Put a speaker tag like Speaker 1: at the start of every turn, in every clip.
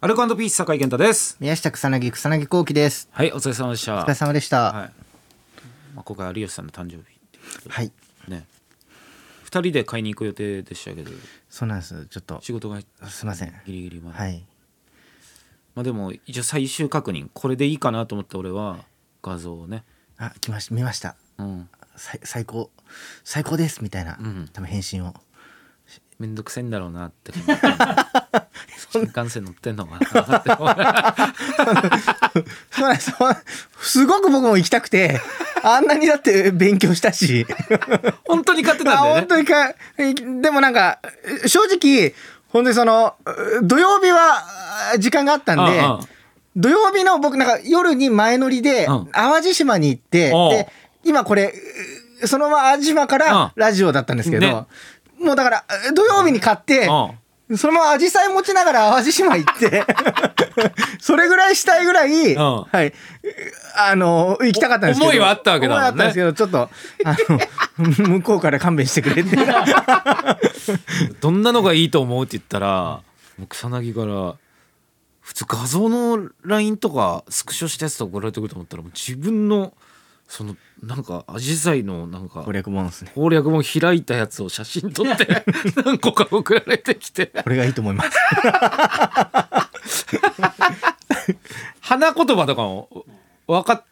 Speaker 1: アルコピース酒井健太です。
Speaker 2: 宮下草薙草薙幸喜です
Speaker 1: はい、お疲れ様でした。
Speaker 2: お疲れ様でした
Speaker 1: はい。まあ、今回有吉さんの誕生日っていうことで
Speaker 2: はい
Speaker 1: ね。二人で買いに行く予定でしたけど、
Speaker 2: そうなんですちょっと
Speaker 1: 仕事が
Speaker 2: すいません
Speaker 1: ギリギリまで。
Speaker 2: はい
Speaker 1: まあ、でも、一応最終確認、これでいいかなと思って、俺は画像をね。
Speaker 2: あ来ました見ました
Speaker 1: うん。
Speaker 2: 最最高最高ですみたいな、
Speaker 1: ん
Speaker 2: 多分返信を
Speaker 1: めんどくせえんだろうなって感 じ。新幹線乗ってんのかなって思う。
Speaker 2: そうなんですそうすごく僕も行きたくてあんなにだって勉強したし
Speaker 1: 本当に買って
Speaker 2: あ
Speaker 1: たんだよね。
Speaker 2: 本当にかえでもなんか正直本当にそのう土曜日はあ時間があったんで
Speaker 1: うんうん
Speaker 2: 土曜日の僕なんか夜に前乗りで
Speaker 1: うん
Speaker 2: 淡路島に行って、
Speaker 1: おう
Speaker 2: で今これうそのまま淡路島か
Speaker 1: うん
Speaker 2: らラジオだったんですけど、
Speaker 1: ね
Speaker 2: もうだからう土曜日に買って、
Speaker 1: うん
Speaker 2: そのままアジサイ持ちながら淡路島 行って、それぐらいしたいぐらい、
Speaker 1: ん
Speaker 2: はい、うあの、行きたかったんですけど。
Speaker 1: 思いはあったわけだもんね
Speaker 2: 思いはあったんですけど、ちょっと、あの、向こうから勘弁してくれって。
Speaker 1: どんなのがいいと思うって言ったらもう草薙から普通画像の LINE とかスクショしたやつとか送られてくると思ったらもう自分のそのなんかアジサイのなんか
Speaker 2: 攻略本ですね。
Speaker 1: 攻略も開いたやつを写真撮って何個か送られてきて
Speaker 2: これがいいと思います。
Speaker 1: 花言葉とかも分かっ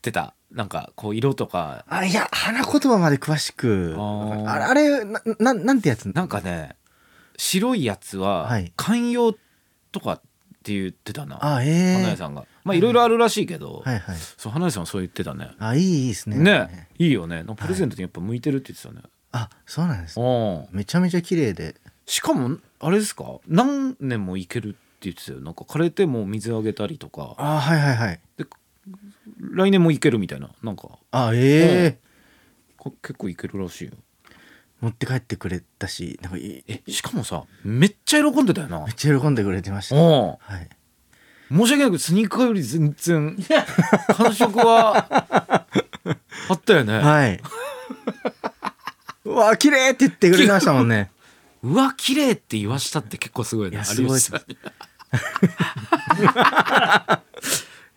Speaker 1: てたなんかこう色とか
Speaker 2: あ、いや、花言葉まで詳しく。
Speaker 1: あー
Speaker 2: あれ、あれ、な、ななんてやつ
Speaker 1: なんかね白いやつは
Speaker 2: はい
Speaker 1: 観葉とかって言ってたな、
Speaker 2: あ、え
Speaker 1: 花
Speaker 2: え
Speaker 1: 屋さんがまあいろいろあるらしいけど、
Speaker 2: はいはい。
Speaker 1: そう花屋さんはそう言ってたね
Speaker 2: あ、いいいいですね。
Speaker 1: ね、いいよね。なんかプレゼントにやっぱ向いてるって言ってたね。
Speaker 2: あ、そうなんです。
Speaker 1: ああ
Speaker 2: めちゃめちゃ綺麗で。
Speaker 1: しかもあれですか？何年もいけるって言ってたよ。なんか枯れても水あげたりとか、
Speaker 2: あ、はいはいはい。
Speaker 1: 来年もいけるみたいな。なんか
Speaker 2: あ、ええ
Speaker 1: こ結構いけるらしいよ。
Speaker 2: 持って帰ってくれたし、なんかいい、
Speaker 1: え、しかもさ、めっちゃ喜んでたよな
Speaker 2: めっ。ちゃ喜んでくれてました。
Speaker 1: お
Speaker 2: はい。
Speaker 1: 申し訳なくスニーカーより全 然感触はあったよね。
Speaker 2: はい。うわ、綺麗って言ってくれましたもんね。
Speaker 1: うわ綺麗って言わしたって結構すごいね。
Speaker 2: いやすごい
Speaker 1: 有吉さん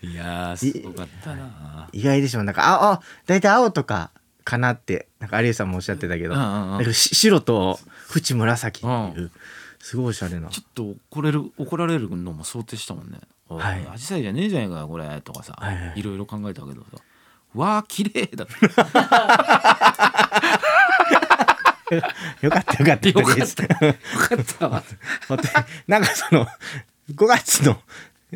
Speaker 1: に いやーすごかったな。
Speaker 2: 意外でしょ。なんか、あ、あ、大体青とかかなって、なんか有吉さんもおっしゃってたけど、
Speaker 1: うんうんうん
Speaker 2: なんかし白と縁紫っていう、すごいおしゃれな。
Speaker 1: ちょっと怒れる怒られるのも想定したもんね。おい
Speaker 2: はい
Speaker 1: アジサイじゃねえじゃねえかよこれとかさ、、
Speaker 2: はいはいい
Speaker 1: ろいろ考えたけどさ。うわー綺麗だっ
Speaker 2: よか ったよかった
Speaker 1: てよかっ
Speaker 2: です
Speaker 1: た。よかったわ。
Speaker 2: 本当になんかその、5月の、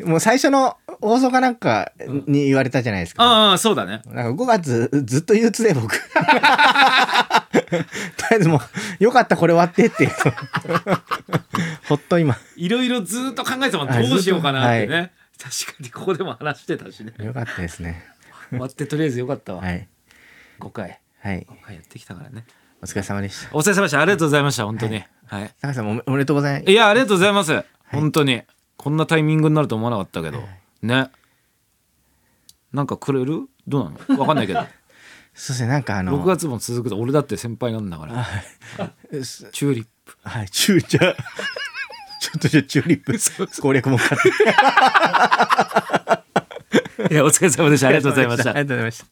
Speaker 2: もう最初の放送かなんかに言われたじゃないですか。
Speaker 1: ああそうだね。
Speaker 2: なんか5月ずっと憂鬱で僕。と りあえずもう、よかったこれ終わってっていう。ほっと今。
Speaker 1: いろいろずーっと考えてたもんどうしようかなってね。確かにここでも話してたしね。
Speaker 2: よかったですね。
Speaker 1: 終わってとりあえずよかったわ。
Speaker 2: はい。
Speaker 1: 5回
Speaker 2: はい。
Speaker 1: 5回やってきたからね。
Speaker 2: お疲れ様でした。
Speaker 1: お疲れ様でした。ありがとうございました。本当に。はい。
Speaker 2: 高橋さんもおめおめでとうございま
Speaker 1: い
Speaker 2: す。
Speaker 1: や、ありがとうございます。本当に。こんなタイミングになると思わなかったけど。ね。なんかくれるど うなのわかんないけど。
Speaker 2: そうですね、なんかあ
Speaker 1: 6
Speaker 2: の、
Speaker 1: 月も続くと俺だって先輩なんだから。
Speaker 2: す
Speaker 1: チューリップ。
Speaker 2: はい、チューチャー。 ちょっとじゃあチューリップ攻略も買って。
Speaker 1: いや、お疲れ様でした。ありがとうございました
Speaker 2: ありがとうございました。